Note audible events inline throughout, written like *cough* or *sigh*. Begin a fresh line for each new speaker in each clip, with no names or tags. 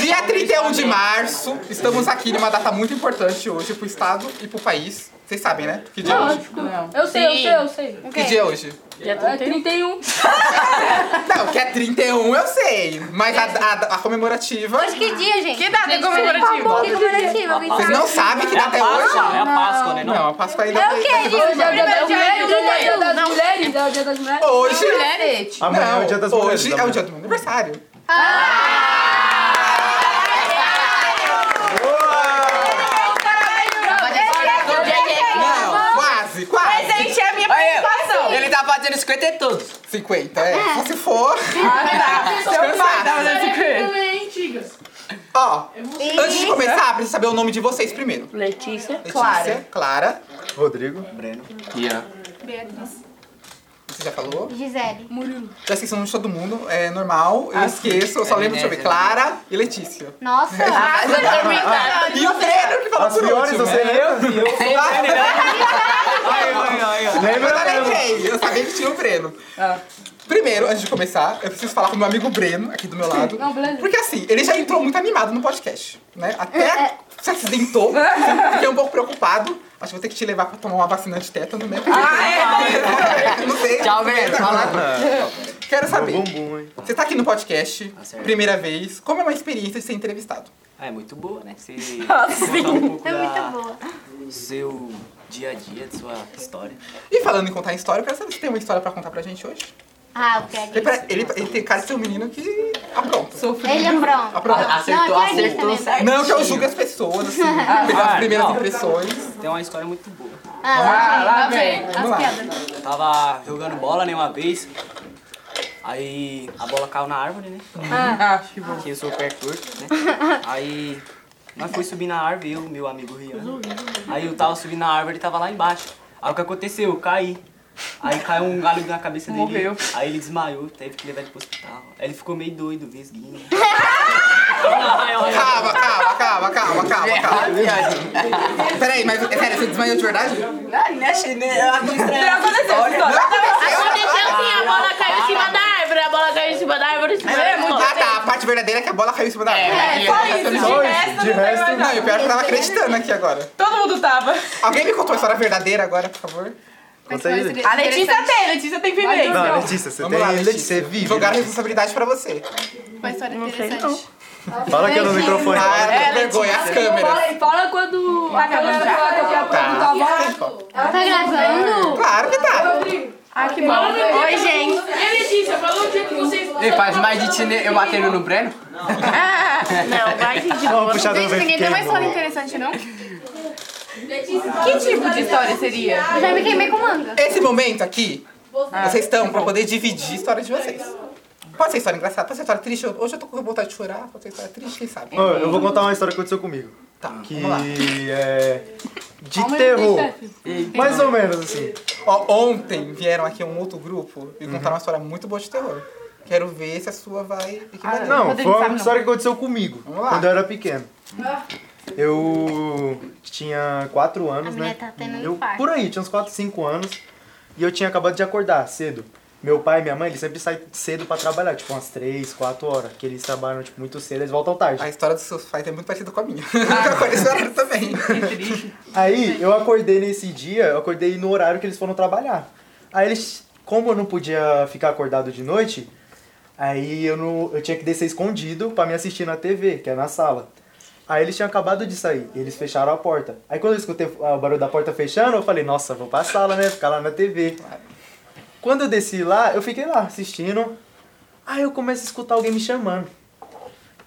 Dia 31 de março, estamos aqui numa data muito importante hoje pro estado e pro país. Vocês sabem, né? Que dia é hoje?
Lógico. Eu sei, eu
Sim.
sei, eu sei.
Que dia é hoje?
É 31.
*laughs* Não, que é 31 eu sei, mas a, a- a comemorativa.
Hoje que dia, gente?
Que data é comemorativa?
Que comemorativa,
Vocês não sabem que
É a
data é
Páscoa,
hoje?
é a Páscoa, né?
Não, a Páscoa ainda
É o quê,
daqui duas
gente?
Hoje é o dia
semanas.
das mulheres, hoje é o dia das
Não.
mulheres, é o dia das mulheres.
Hoje.
Mulheres.
Amanhã é o dia das
hoje
mulheres.
é o dia do meu aniversário.
Ah! Ah,
Não, quase, quase.
Gente, é a minha participação.
Ele tá fazendo 50 e todos.
50, é. Só se for.
Seu pai tá fazendo 50.
Ó, antes de começar, preciso saber o nome de vocês primeiro.
Letícia.
Letícia, Clara.
Rodrigo.
Você já falou?
Gisele.
Já esqueci o nome de todo mundo, é normal. Eu esqueço, eu só
É
lembro, deixa eu ver,
amnésia,
Clara e Letícia.
Nossa.
E o Breno que falou
As
por
piores
último. né?
você lembra? E eu *laughs*
Eu
lembro
também
mesmo.
sei, É eu sabia que tinha o Breno. Primeiro, antes de começar, eu preciso falar com meu amigo Breno, aqui do meu lado.
Não, beleza.
Porque assim, ele já entrou muito animado no podcast, né? Até se acidentou, fiquei um pouco preocupado. Acho que vou ter que te levar pra tomar uma vacina de tétano, né? *laughs* Não sei.
Tchau, velho.
Quero saber,
Bumbum, hein?
você tá aqui no podcast,
Acerta.
primeira vez, como é uma experiência de ser entrevistado?
Ah, é muito boa, né? Você contar um pouco
É muito
da
boa.
do seu dia a dia, da sua história.
E falando em contar história, eu quero saber se tem uma história pra contar pra gente hoje.
Ah, o que é
Ele, pare- ele- ele tem cara de ser um menino que apronta.
Ele é pronto.
Apronta.
Ah,
Não, é piadista mesmo.
Não que eu julgue as pessoas,
*laughs*
assim, pelas
Ah,
primeiras
não.
impressões.
Tem uma história muito boa.
Ah, lá
Vamos lá.
Eu tava jogando bola, né, uma vez. Aí a bola caiu na árvore, né?
Ah,
Porque eu sou pé torto, né? Aí nós fui subir na árvore, eu, meu amigo Rian. né? Aí eu tava subindo na árvore, ele tava lá embaixo. Aí o que aconteceu? Eu caí. Aí caiu um galho na cabeça dele.
Morreu.
Aí ele desmaiou, teve que levar ele pro hospital. Aí ele ficou meio doido, vesguinho.
Calma, calma, calma, calma, calma, calma. Peraí, mas é sério, você desmaiou de verdade?
Aconteceu
sim, a bola caiu em cima da árvore, a bola caiu em cima da árvore.
É muito
Ah tá, a parte verdadeira é que a bola caiu em cima da árvore.
É, só isso. De
Não,
resto,
de
não tem
resto,
mais
e o
nada.
pior é que eu tava acreditando aqui agora.
Todo mundo tava.
Alguém me contou a história verdadeira agora, por favor?
Conta aí.
A Letícia tem, a Letícia tem vivência.
Não, Letícia, você tem. Letícia, você vive.
Jogaram a
né?
responsabilidade pra você.
Fala aqui no microfone.
Ah, ela
É,
tem vergonha, as câmeras.
Fala, fala quando a câmera fala que eu quero perguntar a bola.
Tá.
Ela tá gravando?
Claro que tá.
Ah, que bom.
Oi, gente.
Ei, faz mais de tine... eu batendo no Breno?
Não, vai de
Dá uma puxada no
Ninguém tem uma história interessante, não? Que tipo de história seria?
Eu já me queimei com manga.
Esse momento aqui, vocês estão pra poder dividir a história de vocês. Pode ser história engraçada, pode ser história triste. Hoje eu tô com vontade de chorar, pode ser história triste, quem sabe.
Ô, eu vou contar uma história que aconteceu comigo.
Tá,
Que
vamos lá.
é. De terror. Mais ou menos assim.
Ó, ontem vieram aqui um outro grupo e
Uhum.
contaram uma história muito boa de terror. Quero ver se a sua vai equivaler.
Ah, Não,
Rodrigo
foi uma
sabe não.
história que aconteceu comigo
Vamos lá.
quando eu era pequeno. Eu tinha 4
Ah.
anos,
A
né?
mulher tá tendo um
eu,
infarto.
por aí, tinha uns 4, 5 anos. E eu tinha acabado de acordar cedo. Meu pai e minha mãe, eles sempre saem cedo pra trabalhar, tipo umas 3, 4 horas. Que eles trabalham tipo, muito cedo, eles voltam tarde.
A história dos seus pais é muito parecida com a minha.
Ah,
*laughs* Eu conheço ela também.
Aí eu acordei nesse dia, eu acordei no horário que eles foram trabalhar. Aí eles, como eu não podia ficar acordado de noite, aí eu não, eu tinha que descer escondido pra me assistir na TV, que é na sala. Aí eles tinham acabado de sair, eles fecharam a porta. Aí quando eu escutei ah, o barulho da porta fechando, eu falei, nossa, vou pra sala, né? Ficar lá na TV. Quando eu desci lá, eu fiquei lá assistindo. Aí eu começo a escutar alguém me chamando.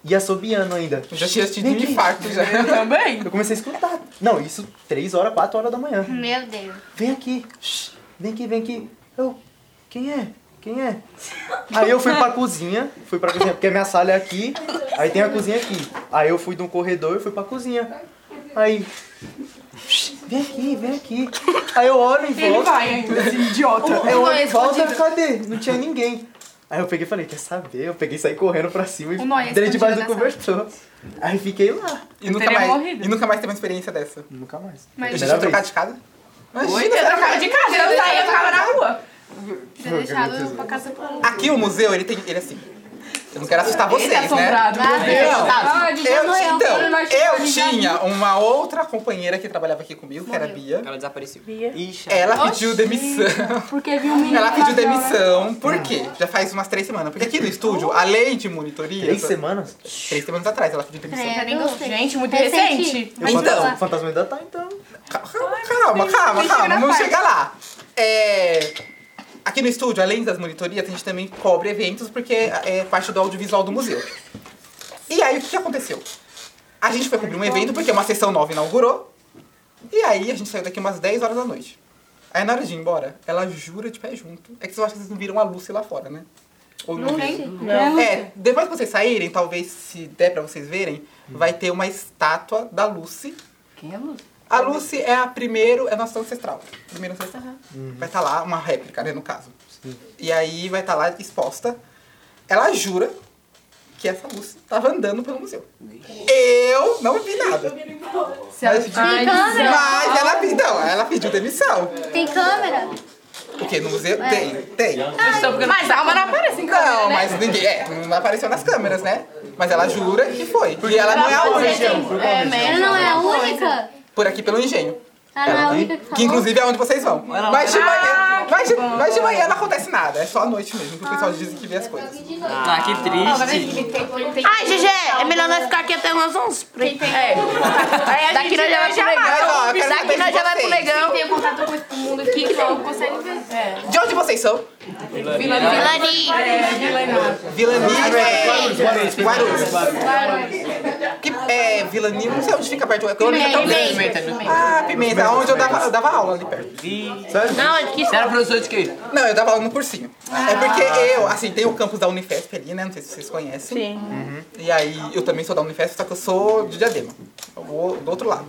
E assobiando ainda.
Eu já tinha tido um
Vem aqui.
infarto já.
Eu também.
Eu comecei a escutar. Não, isso 3 horas, 4 horas da manhã
Uhum.
Meu Deus.
vem aqui, shh, vem aqui, vem aqui. Eu, quem é? Quem é? Aí eu fui pra cozinha, fui pra cozinha, porque a minha sala é aqui, aí tem a cozinha aqui. Aí eu fui de um corredor e fui pra cozinha. Aí, shh, vem aqui, vem aqui. Aí eu olho em
Ele
volta.
vai ainda, assim, idiota.
Eu olho em volta, cadê? Não tinha ninguém. Aí eu peguei e falei, quer saber? Eu peguei e saí correndo pra cima
O Noia
e dei debaixo do
escondido
cobertor. Aí fiquei lá.
E nunca,
teria
mais,
morrido.
e nunca mais teve uma experiência dessa.
Nunca mais.
Eu
Mas
já
Primeira
tinha trocado
vez.
de casa.
Oi?
Imagina,
trocava de casa, eu saía e ficava na rua.
Foi
Ter
o que
deixado
aconteceu.
pra casa pra
Aqui o museu, ele tem. Ele é assim. Eu não quero assustar
é
vocês, né?
Tá.
Ah, de
Eu,
Noel,
então,
ele vai chegar
eu
ali já.
tinha uma outra companheira que trabalhava aqui comigo, que era a Bia.
Ela desapareceu. Ixi,
Ela pediu demissão.
Porque viu um menino.
Ela pediu
fazendo-
demissão. Por
Uhum.
quê? Já faz umas três semanas. Porque aqui no estúdio, a lei de monitoria.
Três semanas?
Três semanas atrás ela pediu demissão.
Credo.
Gente, muito
Recente.
É, recente.
Eu fantasma-
Então.
o fantasma ainda tá, então.
Calma, calma, calma, calma. Vamos chegar lá. É, Aqui no estúdio, além das monitorias, a gente também cobre eventos porque é parte do audiovisual do museu. E aí, o que que aconteceu? A gente foi cobrir um evento porque uma sessão nova inaugurou. E aí, a gente saiu daqui umas 10 horas da noite. Aí, na hora de ir embora, ela jura de pé junto. É que vocês acham que vocês não viram a Lucy lá fora, né? Ou não, viram? É, depois que vocês saírem, talvez se der pra vocês verem, vai ter uma estátua da Lucy. Quem é a Lucy? A Lucy é a primeiro, é nossa ancestral. Primeiro ancestral. Vai estar lá, uma réplica, né, no caso. E aí vai estar lá exposta. Ela jura que essa Lucy tava andando pelo museu. Eu não vi nada. Mas,
Tem câmera?
mas ela, pe- então, ela pediu demissão.
Tem câmera?
O que? No museu? Tem, tem.
Mas a
é
alma não aparece em É. câmera,
Não,
né?
mas ninguém. É, não apareceu nas câmeras, né? Mas ela jura que foi. E ela não é a única.
É,
Ela
mesmo.
não é a única?
Por aqui pelo engenho.
Ela não é a única que falou?
Que inclusive é onde vocês vão. Mas de manhã. Mas de, mas de manhã não acontece nada. É só à noite mesmo que o pessoal dizem que vê as coisas.
Ah, que
é
triste.
Ai, GG, é melhor nós ficar aqui até umas 11. Por aí.
é,
Aí a gente
nós já
vai.
vai pro
Mas ó, eu quero saber
Daqui nós
de
já vai pro
vocês.
legão.
Tem contato com esse mundo aqui que não consegue ver.
De onde vocês são?
Vilani.
Vilani. Guarulhos. Guarulhos. Que, é, Vilani, não sei onde fica perto. É Guarulhos é tão grande. Ah, Pimenta, onde eu dava, eu dava aula ali perto.
Não, é que
Você era professor de quê?
Não, eu dava aula no cursinho. É porque eu, assim, tem o campus da Unifesp ali, né? Não sei se vocês conhecem. Sim. E aí, eu também sou da Unifesp, só que eu sou de Diadema. Eu vou do outro lado.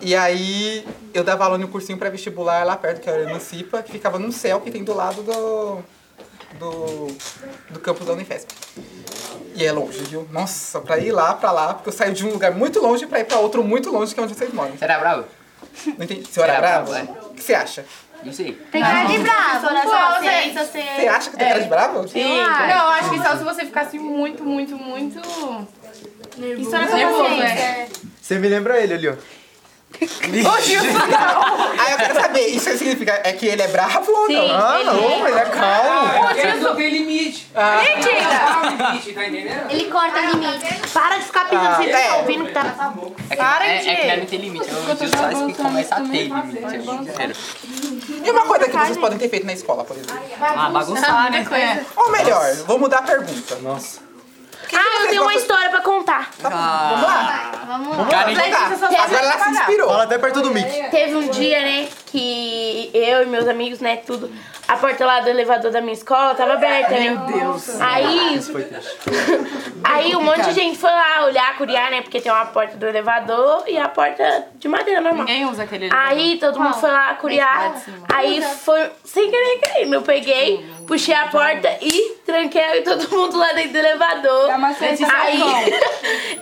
E aí, eu dava aula no cursinho pré-vestibular lá perto, que era no Cipa, que ficava num céu que tem do lado do, do, do campus da Unifesp. E é longe, viu? Nossa, pra ir lá, pra lá, porque eu saio de um lugar muito longe pra ir pra outro muito longe, que é onde vocês moram.
Você era bravo?
Não entendi. Senhora
Era
Bravo? né?
bravo,
O que você acha?
Não sei.
Tem cara de bravo.
Você acha que eu tô cara de bravo?
É. Não, acho que só se você ficasse muito, muito, muito.
Isso era
Nervoso,
paciência.
né?
Você me lembra ele ali, ó.
Aí eu quero saber, isso significa é que ele é bravo ou não?
Ah, não, ele é calmo.
Eu só tenho limite. Limite, tá entendendo?
Ele corta limite.
Para de ficar
Ah,
pisando, vocês
é.
estão ouvindo que tá.
Para
É, é que
de.
deve ter limite. Eu eu só acho que começa a ter limite. eu quero.
E uma coisa que vocês podem ter feito na escola, por exemplo.
Ah, bagunçar, né?
Ou melhor, vou mudar a pergunta.
Nossa.
Ah, eu tenho uma história pra contar.
Vamos lá. Vamos
Vamos lá.
lá. jogar. Agora ela se inspirou.
Fala até perto do mic.
Teve um dia, né, que eu e meus amigos, né, tudo, a porta lá do elevador da minha escola tava aberta, né? Meu Deus. Aí,
Foi triste.
*laughs* aí um monte de gente foi lá olhar, curiar, né, porque tem uma porta do elevador e a porta de madeira normal.
Ninguém usa aquele.
Aí todo mundo foi lá curiar. Aí foi sem querer, querer. Eu peguei, puxei a porta e tranquei todo mundo lá dentro do elevador. Aí *laughs*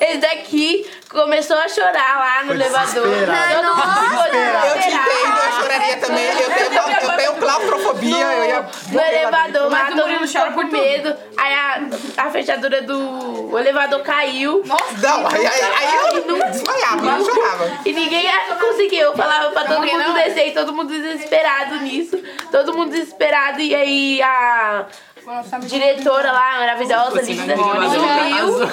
esse daqui começou a chorar lá no elevador.
desesperado.
Todo mundo ficou
Eu te
desesperado.
entendo, eu choraria também. Eu tenho, eu tenho claustrofobia, eu ia.
No elevador lá,
Mas o
todo
Murilo
mundo
chora
ficou
por
com medo. Aí a, a fechadura do o elevador caiu.
Não, aí, aí, aí eu desmaiava, eu chorava.
E ninguém a- conseguiu. Eu falava pra é. todo mundo descer e todo mundo desesperado nisso. Todo mundo desesperado. E aí a diretora lá, maravilhosa, linda, subiu.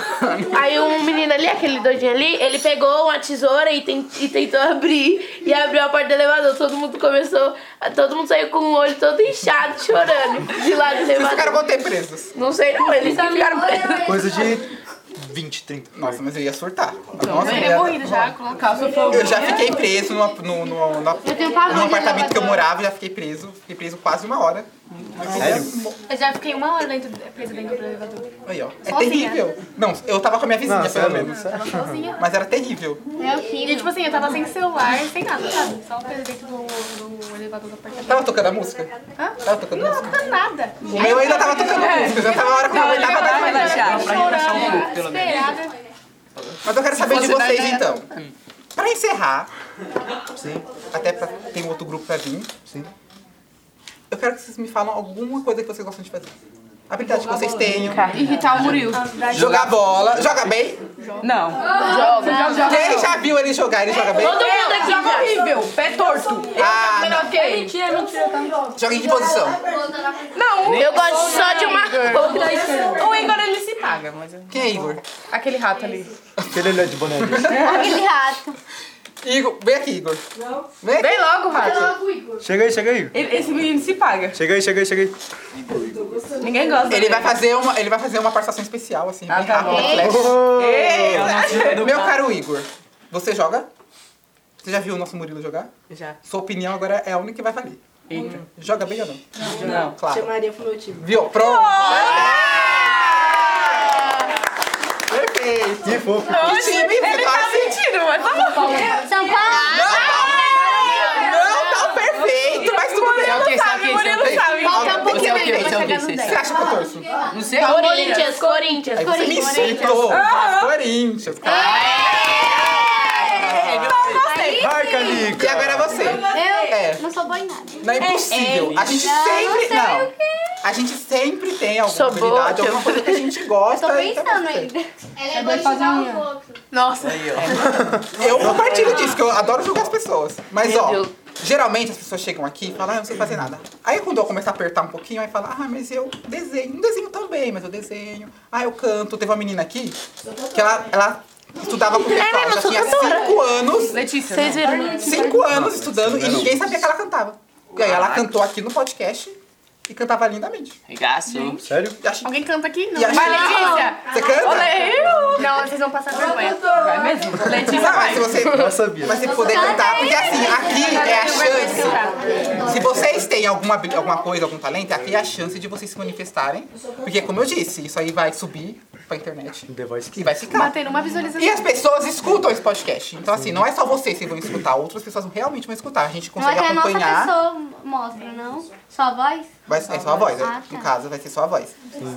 Aí um menino ali, aquele doidinho ali, ele pegou uma tesoura e, ten- e tentou abrir. E abriu a porta do elevador. Todo mundo começou. Todo mundo saiu com o olho todo inchado, chorando. De lá
Vocês
do
ficaram
elevador.
quanto tempo presos?
Não sei não, eles que ficaram presos.
Coisa de 20, 30.
Nossa, mas eu ia surtar. Nossa, eu
Ele é morrido
ia...
já, colocar o seu fogo.
Eu já fiquei preso numa, no, no, na-
Eu tenho pavor
num
de
apartamento que eu
elevador.
morava, já fiquei preso. Fiquei preso quase uma hora.
Sério?
Eu já fiquei uma hora dentro, presa dentro do elevador.
Aí, ó. É
Sozinha.
terrível. Não, eu tava com a minha vizinha,
Não,
pelo
sério,
menos.
sério.
Sozinha.
Mas era terrível.
É horrível. E tipo assim, eu tava sem celular, sem nada, sabe? Só presa dentro do, do elevador do apartamento.
Tava tocando a música?
Hã?
Tava tocando
Não,
música?
não tá nada.
O meu ainda tava tocando música, já tava a hora que eu aproveitar pra dar.
relaxar.
Pra relaxar um pouco, pelo menos.
Esperada.
Mas eu quero saber de
fosse
vocês,
nós, né?
então. Pra encerrar,
Sim,
até pra... tem outro grupo pra vir,
sim.
eu quero que vocês me falem alguma coisa que vocês gostam de fazer. Habilidade que vocês tenham.
Irritar o Murilo.
Jogar bola. Joga bem?
Não.
Ah,
Quem já viu ele jogar, ele joga bem?
Todo mundo aqui já.
Horrível. Pé torto.
Ah, não.
É mentira, é mentira.
Joga em que posição?
Eu gosto só de uma coisa.
O Igor, ele se paga, mas...
Quem é Igor?
Aquele rato ali.
Aquele olhar de boné dele.
Aquele rato.
Igor, vem aqui, Igor. Vem aqui.
Vem logo, rato.
Chega aí, chega aí.
Ele- Esse menino se paga.
Chega aí, chega aí, chega aí.
Ninguém gosta.
Ele vai fazer uma, ele vai fazer uma participação especial, assim,
Ah,
bem
tá bom.
rápida, flash.
Ei,
Meu caro Igor, você joga? Você já viu o nosso Murilo jogar?
Já.
Sua opinião agora é a única que vai valer.
Eita.
Joga bem ou não?
Não.
Claro.
Chamaria pro meu time.
Viu? Pronto! Perfeito!
Que fofo.
Que time, você
Ele tá
parece-
mentindo, mas tá bom.
São Paulo.
Não tá- Não tá perfeito, mas tudo bem. é
Murilo sabe, Murilo
Ei,
sabe.
falta um pouquinho
Você é o
ainda
quê? Você é o quê?
Tá chegando
Você acha que eu torço?
Não sei.
Corinthians, Corinthians,
Aí você me
Corinthians.
insultou. Corinthians.
Marca, Lica.
E agora é você.
Eu
É.
não sou boa em nada.
Não é impossível. A gente sempre. Não. A gente sempre tem alguma
Sou boa,
habilidade,
tio.
alguma coisa que a gente
Tô
gosta. e tá
pensando
perfeito.
ainda.
Ela é boa de
um
julgar os outros.
Eu compartilho disso, que eu adoro julgar as pessoas. Mas
Meu
ó,
Deus.
geralmente as pessoas chegam aqui e falam, ah, eu não sei fazer nada. Aí quando eu começo a apertar um pouquinho, aí fala, ah, mas eu desenho. Não desenho também, mas eu desenho. Ah, eu canto. Teve uma menina aqui que ela, ela estudava com o pessoal, ela tinha cinco anos.
Letícia.
Vocês viram?
Cinco anos estudando e ninguém sabia que ela cantava. E aí ela cantou aqui no podcast e cantava lindamente.
Regaço.
Sério?
E acho-
Alguém canta aqui? Não.
e acho-
Vai, Letícia.
Você canta?
Não, vocês vão passar vergonha.
Vai mesmo. Letícia,
Não, mas
vai.
se você,
Não sabia.
Mas se poder cantar, porque assim, aqui é a chance. Se vocês têm alguma, habi- alguma coisa, algum talento, aqui é a chance de vocês se manifestarem. Porque, como eu disse, isso aí vai subir pra internet
The Voice
e
Kids.
vai ficar.
Batendo uma visualização.
E as pessoas escutam esse podcast. Então, assim, não é só vocês que vão escutar, outras pessoas realmente vão escutar. A gente
Não é
consegue
que a nossa
acompanhar.
pessoa mostra, não? Sua voz?
Vai ser só a voz, né?
Ah,
no
tá.
caso, vai ser só a voz.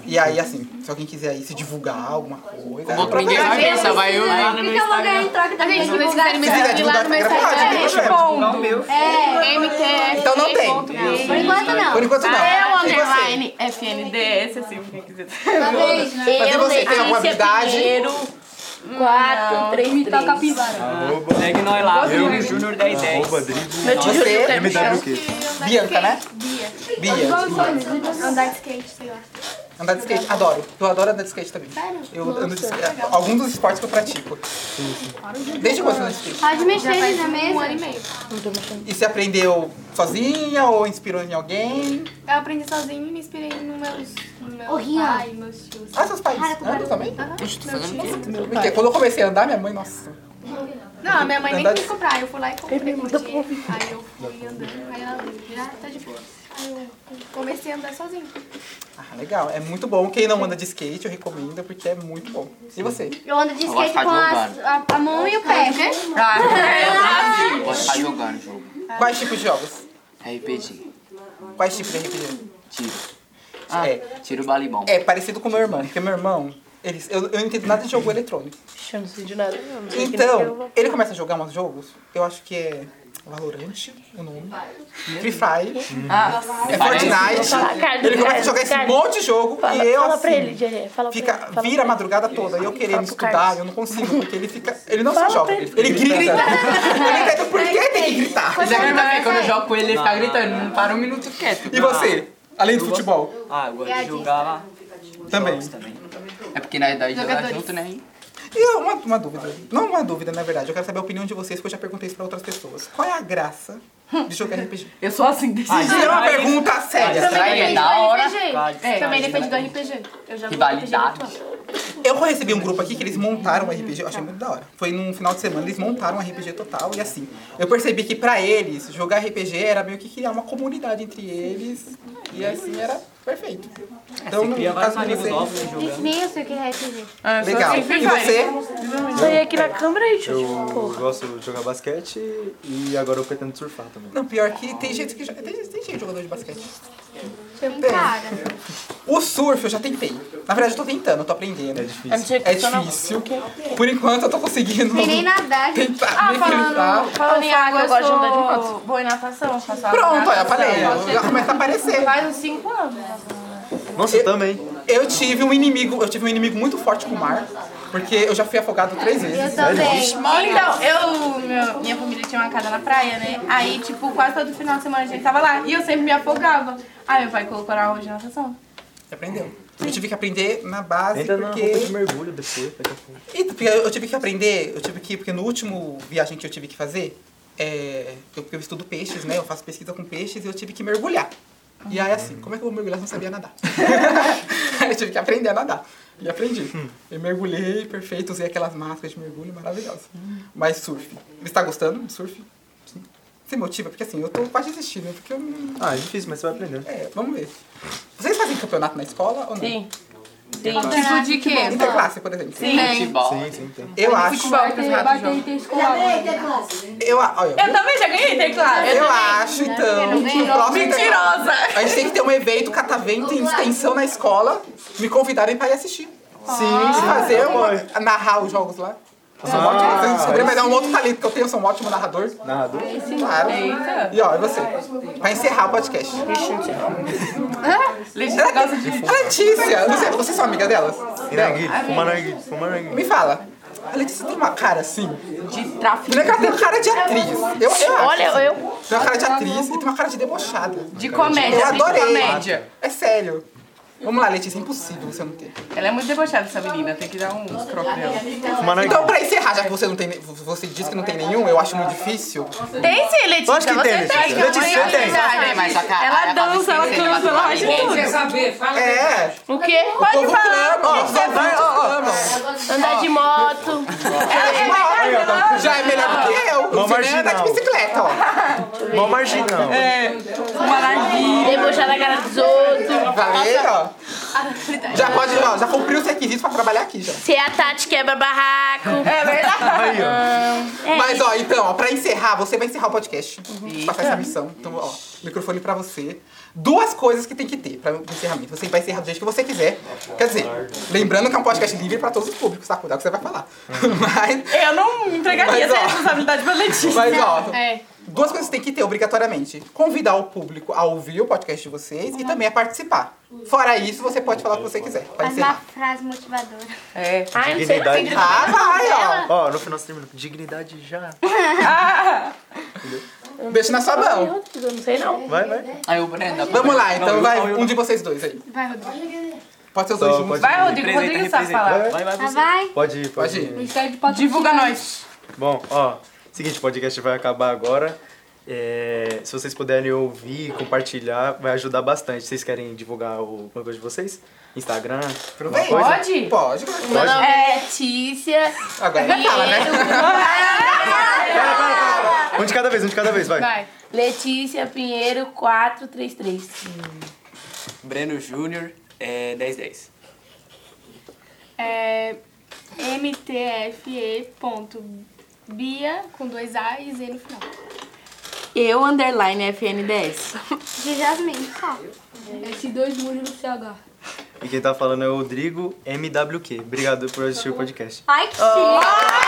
E aí, assim, se alguém quiser aí se divulgar alguma coisa. é
Bom que ninguém vai
é
ver, só vai eu lá
O
no
que,
meu
que eu vou ganhar
Instagram.
em troca da
Gente,
gente?
quando vocês quiserem me
Se quiser
seguir lá
divulgar,
no
fica
meu
gravado, não
Instagram, eu
tem problema.
tipo
respondo.
É,
MTF.
Então não tem.
por enquanto não.
Por enquanto não.
Ah,
é
é
Eu,
E você?
underline, FNDS, assim, quem quiser.
Uma vez, né?
Mas e você, tem alguma
Letícia
habilidade?
Pinheiro, Hum, Quatro, três, tá três.
Arroba.
Segue nós lá, viu? Júnior 1010.
Arroba Drigo.
Meu tio
Você? Então.
Júlio
É
quer me chamar.
MWQ.
Bianca, né? Bia.
Andar de skate, sei lá.
Andar de skate, adoro. Eu adoro andar de skate também. Sério? Eu ando de skate. É Algum dos esportes que eu pratico. Desde quando você anda de skate?
Pode mexer ali na mesa.
Um ano e meio.
E você aprendeu sozinha ou inspirou em alguém?
Eu aprendi sozinho e me inspirei no meus, no meu
Ô, Rian.
pai, meus tios.
Ah, seus pais
Cara, como
andam também?
Meu tio.
Porque quando eu comecei a andar, minha mãe, nossa.
Não, a minha mãe nem
Andar de-
quis comprar. Eu fui lá e comprei um dia. Aí eu fui andando, aí ela já tá de boa. Aí eu comecei a andar sozinho.
Ah, legal. É muito bom. Quem não anda de skate, eu recomendo, porque é muito bom. E você?
Eu ando de skate
ficar
com as-
jogando.
a, a mão e o pé.
Pode ficar jogando jogo.
Quais tipos de jogos?
RPG.
Quais tipos de RPG?
Tiro. Ah,
É.
tiro balibão.
É parecido com meu irmão, porque meu irmão, ele, eu, eu não entendo nada de jogo eletrônico.
Eu não sei de nada. eu não sei que nem eu
Então,
vou-
ele começa a jogar uns jogos, eu acho que é Valorant, o nome. Free Fire, é
Ah, Fala,
Fortnite. Ele
Carlos,
começa a
Carlos,
jogar esse
Carlos.
monte de jogo
Fala,
e eu
fala pra ele,
assim,
Jerê. Fala pra ele.
fica,
fala
vira a
pra
madrugada toda e eu querendo
Fala pro
estudar,
Carlos.
eu não consigo, porque ele fica, ele não
Fala
só joga,
pra
ele
ele.
grita. Ele grita, por que tem que gritar?
Mas é que também, quando eu jogo com ele, ele fica gritando, não para um minuto quieto.
E você, além do futebol,
Ah, eu gosto de jogar
*laughs*
lá.
também.
Jogos também. É porque na idade jogar
Jogadores.
junto, né?
E uma, uma dúvida, não uma dúvida na verdade, eu quero saber a opinião de vocês, porque eu já perguntei isso pra outras pessoas. Qual é a graça de jogar
*laughs*
RPG?
Eu sou assim, desse
Isso é uma pergunta séria.
Distrai, é da hora.
É,
Distrai,
Também
né?
depende do RPG. Eu jogo
Rivalidade.
RPG virtual.
Eu recebi um grupo aqui que eles montaram um RPG, eu achei muito da hora. Foi num final de semana, eles montaram um RPG total e assim. Eu percebi que pra eles, jogar RPG era meio que criar uma comunidade entre eles E assim era perfeito. Então,
É, Você
no
cria vários
caso de
amigos
você,
novos jogando.
Nem eu sei o que é RPG.
legal. E você?
Sai aqui na câmera e
Eu
chuchu, porra.
gosto de jogar basquete e agora eu pretendo surfar também.
Não, pior que tem gente que jo- tem, tem gente jogador de basquete.
Tem cara.
O surf eu já tentei. Na verdade eu tô tentando, eu tô aprendendo.
É difícil.
É difícil. Por enquanto eu tô conseguindo
Sei nem nadar, gente.
tentar
ah,
me equilibrar.
Falando, falando em água, Tá, eu gosto de andar de moto.
Boa em natação, faço aula de
Pronto,
é,
aí eu
natação.
falei, já começa a aparecer.
Faz uns 5 anos.
Nossa, eu também.
Eu tive um inimigo, eu tive um inimigo muito forte com o mar, porque eu já fui afogado três
Eu
vezes.
também.
Então, eu, meu- minha família tinha uma casa na praia, né? Aí, tipo, quase todo final de semana a gente tava lá. E eu sempre me afogava. Aí meu pai colocou na aula de natação.
Você aprendeu? Eu tive que aprender na base
Entra na roupa de
porque
mergulho depois. daqui a pouco.
E porque eu tive que aprender, eu tive que, porque no último viagem que eu tive que fazer, é, eu, porque eu estudo peixes, né? Eu faço pesquisa com peixes e eu tive que mergulhar. E aí assim, como é que eu vou mergulhar se eu não sabia nadar? *laughs* aí eu tive que aprender a nadar. E aprendi. Eu mergulhei, perfeito, usei aquelas máscaras de mergulho maravilhosas. Mas surf. Você está gostando do surf? Sim. Você motiva? Porque assim, eu tô quase desistindo, porque eu não.
Ah, é difícil, mas você vai aprendendo.
É, vamos ver. Vocês fazem campeonato na escola ou não?
Sim. Sim.
Tipo de quê?
Interclasse, por exemplo. Sim.
Futebol.
Sim, sim, tem.
Eu
Tipo,
acho. Eu, a- olha,
Eu também já ganhei, tem claro. É
Eu acho,
né?
então, que o próximo intervalo- A gente tem que ter um evento catavento em extensão na escola, me convidarem pra ir assistir.
Sim,
E
sim.
fazer
Foi.
uma, narrar os jogos lá. Eu sou
tá Ah,
ótimo, vocês descobriram,
aí
mas é um outro talento que eu tenho, eu sou um ótimo narrador.
Narrador.
Claro. E ó, e você? Vai encerrar o podcast. Letícia gosta de. A Letícia, você, vocês são amiga delas?
E narguilha, fuma narguilha, fuma narguilha.
Me fala. A Letícia tem uma cara assim.
De
Não é que
tráfico.
ela tem uma cara de atriz. Eu, eu acho.
Olha, eu.
Tem uma cara de atriz e tem uma cara de debochada.
De
Eu
comédia. assim, de
adorei.
tipo comédia.
É sério. Vamos lá, Letícia, é impossível você não ter.
Ela é muito debochada, essa menina. Tem que dar uns croques nela.
Fuma
Então,
narguilha.
pra encerrar, já que você não tem. Você disse que não tem nenhum, eu acho muito difícil.
Tem sim, Letícia.
Acho que
você
tem, Letícia.
ela
Letícia,
é
você tem.
verdade.
Tem, mas só que a-
Ela
ela
dança,
fala
ela
que tem,
canta,
mas
ela
ela
faz
fala que
tudo.
É.
O quê?
O
Pode
povo
falar.
clama, ó, só vai, ó, É, ó.
Andar de moto.
Já é melhor do que eu.
Mó
O Fernando tá de
marginal.
bicicleta, ó.
Mó marginal.
Debochar na cara dos outros.
Valeu, ó. Já pode, ó, já cumpriu os requisitos pra trabalhar aqui já.
Ser a Tati quebra barraco. É verdade.
Aí, ó.
Mas, ó, então, ó, pra encerrar, você vai encerrar o podcast. Passar essa missão. Então, ó, microfone pra você. Duas coisas que tem que ter pra o encerramento. Você vai encerrar do jeito que você quiser. Quer dizer, lembrando que é um podcast livre pra todos os públicos, tá? Cuidado com o que você vai falar. Mas,
Eu não entregaria
Mas,
essa
ó.
responsabilidade pra
*laughs*
Letícia.
mas ó,
É.
duas coisas que tem que ter obrigatoriamente. Convidar o público a ouvir o podcast de vocês e também a participar. Fora isso, você pode falar o que você quiser. Pra
Faz uma
encerrar.
frase motivadora.
É. Ai, não sei.
Dignidade.
Ah, vai,
Ó, no final você termina. Dignidade já.
Ah.
ó. Deixa na sua mão.
Eu não sei não.
Vai, vai.
Aí o Brenda.
Vamos lá, então
eu
vai
não, eu
um de vocês dois aí.
Vai, Rodrigo.
Pode ser os dois
Tá,
juntos.
pode ir.
Vai, Rodrigo.
Representa,
Rodrigo sabe
representa.
falar.
Vai, vai
Tá
você.
vai?
Pode ir, pode
Pode ir.
ir.
Mistério de patrocínio.
Divulga nós.
Bom, ó, seguinte, o podcast vai acabar agora. É, se vocês puderem ouvir e compartilhar, vai ajudar bastante. Vocês querem divulgar o coisa de vocês? Instagram? alguma
Vem.
coisa?
Pode?
Pode.
Meu nome é Letícia.
Agora ele fala, né?
*laughs*
Um de cada vez, um de cada vez, vai.
Vai.
Letícia Pinheiro 433.
Breno Júnior, é 1010.
É, mtfe.bia com dois A e Z no final.
Eu, underline, FNDS.
De Jasmine, só.
Esses dois muros no CH.
E quem tá falando é o Rodrigo MWQ. Obrigado por assistir o podcast.
Ai, que chique.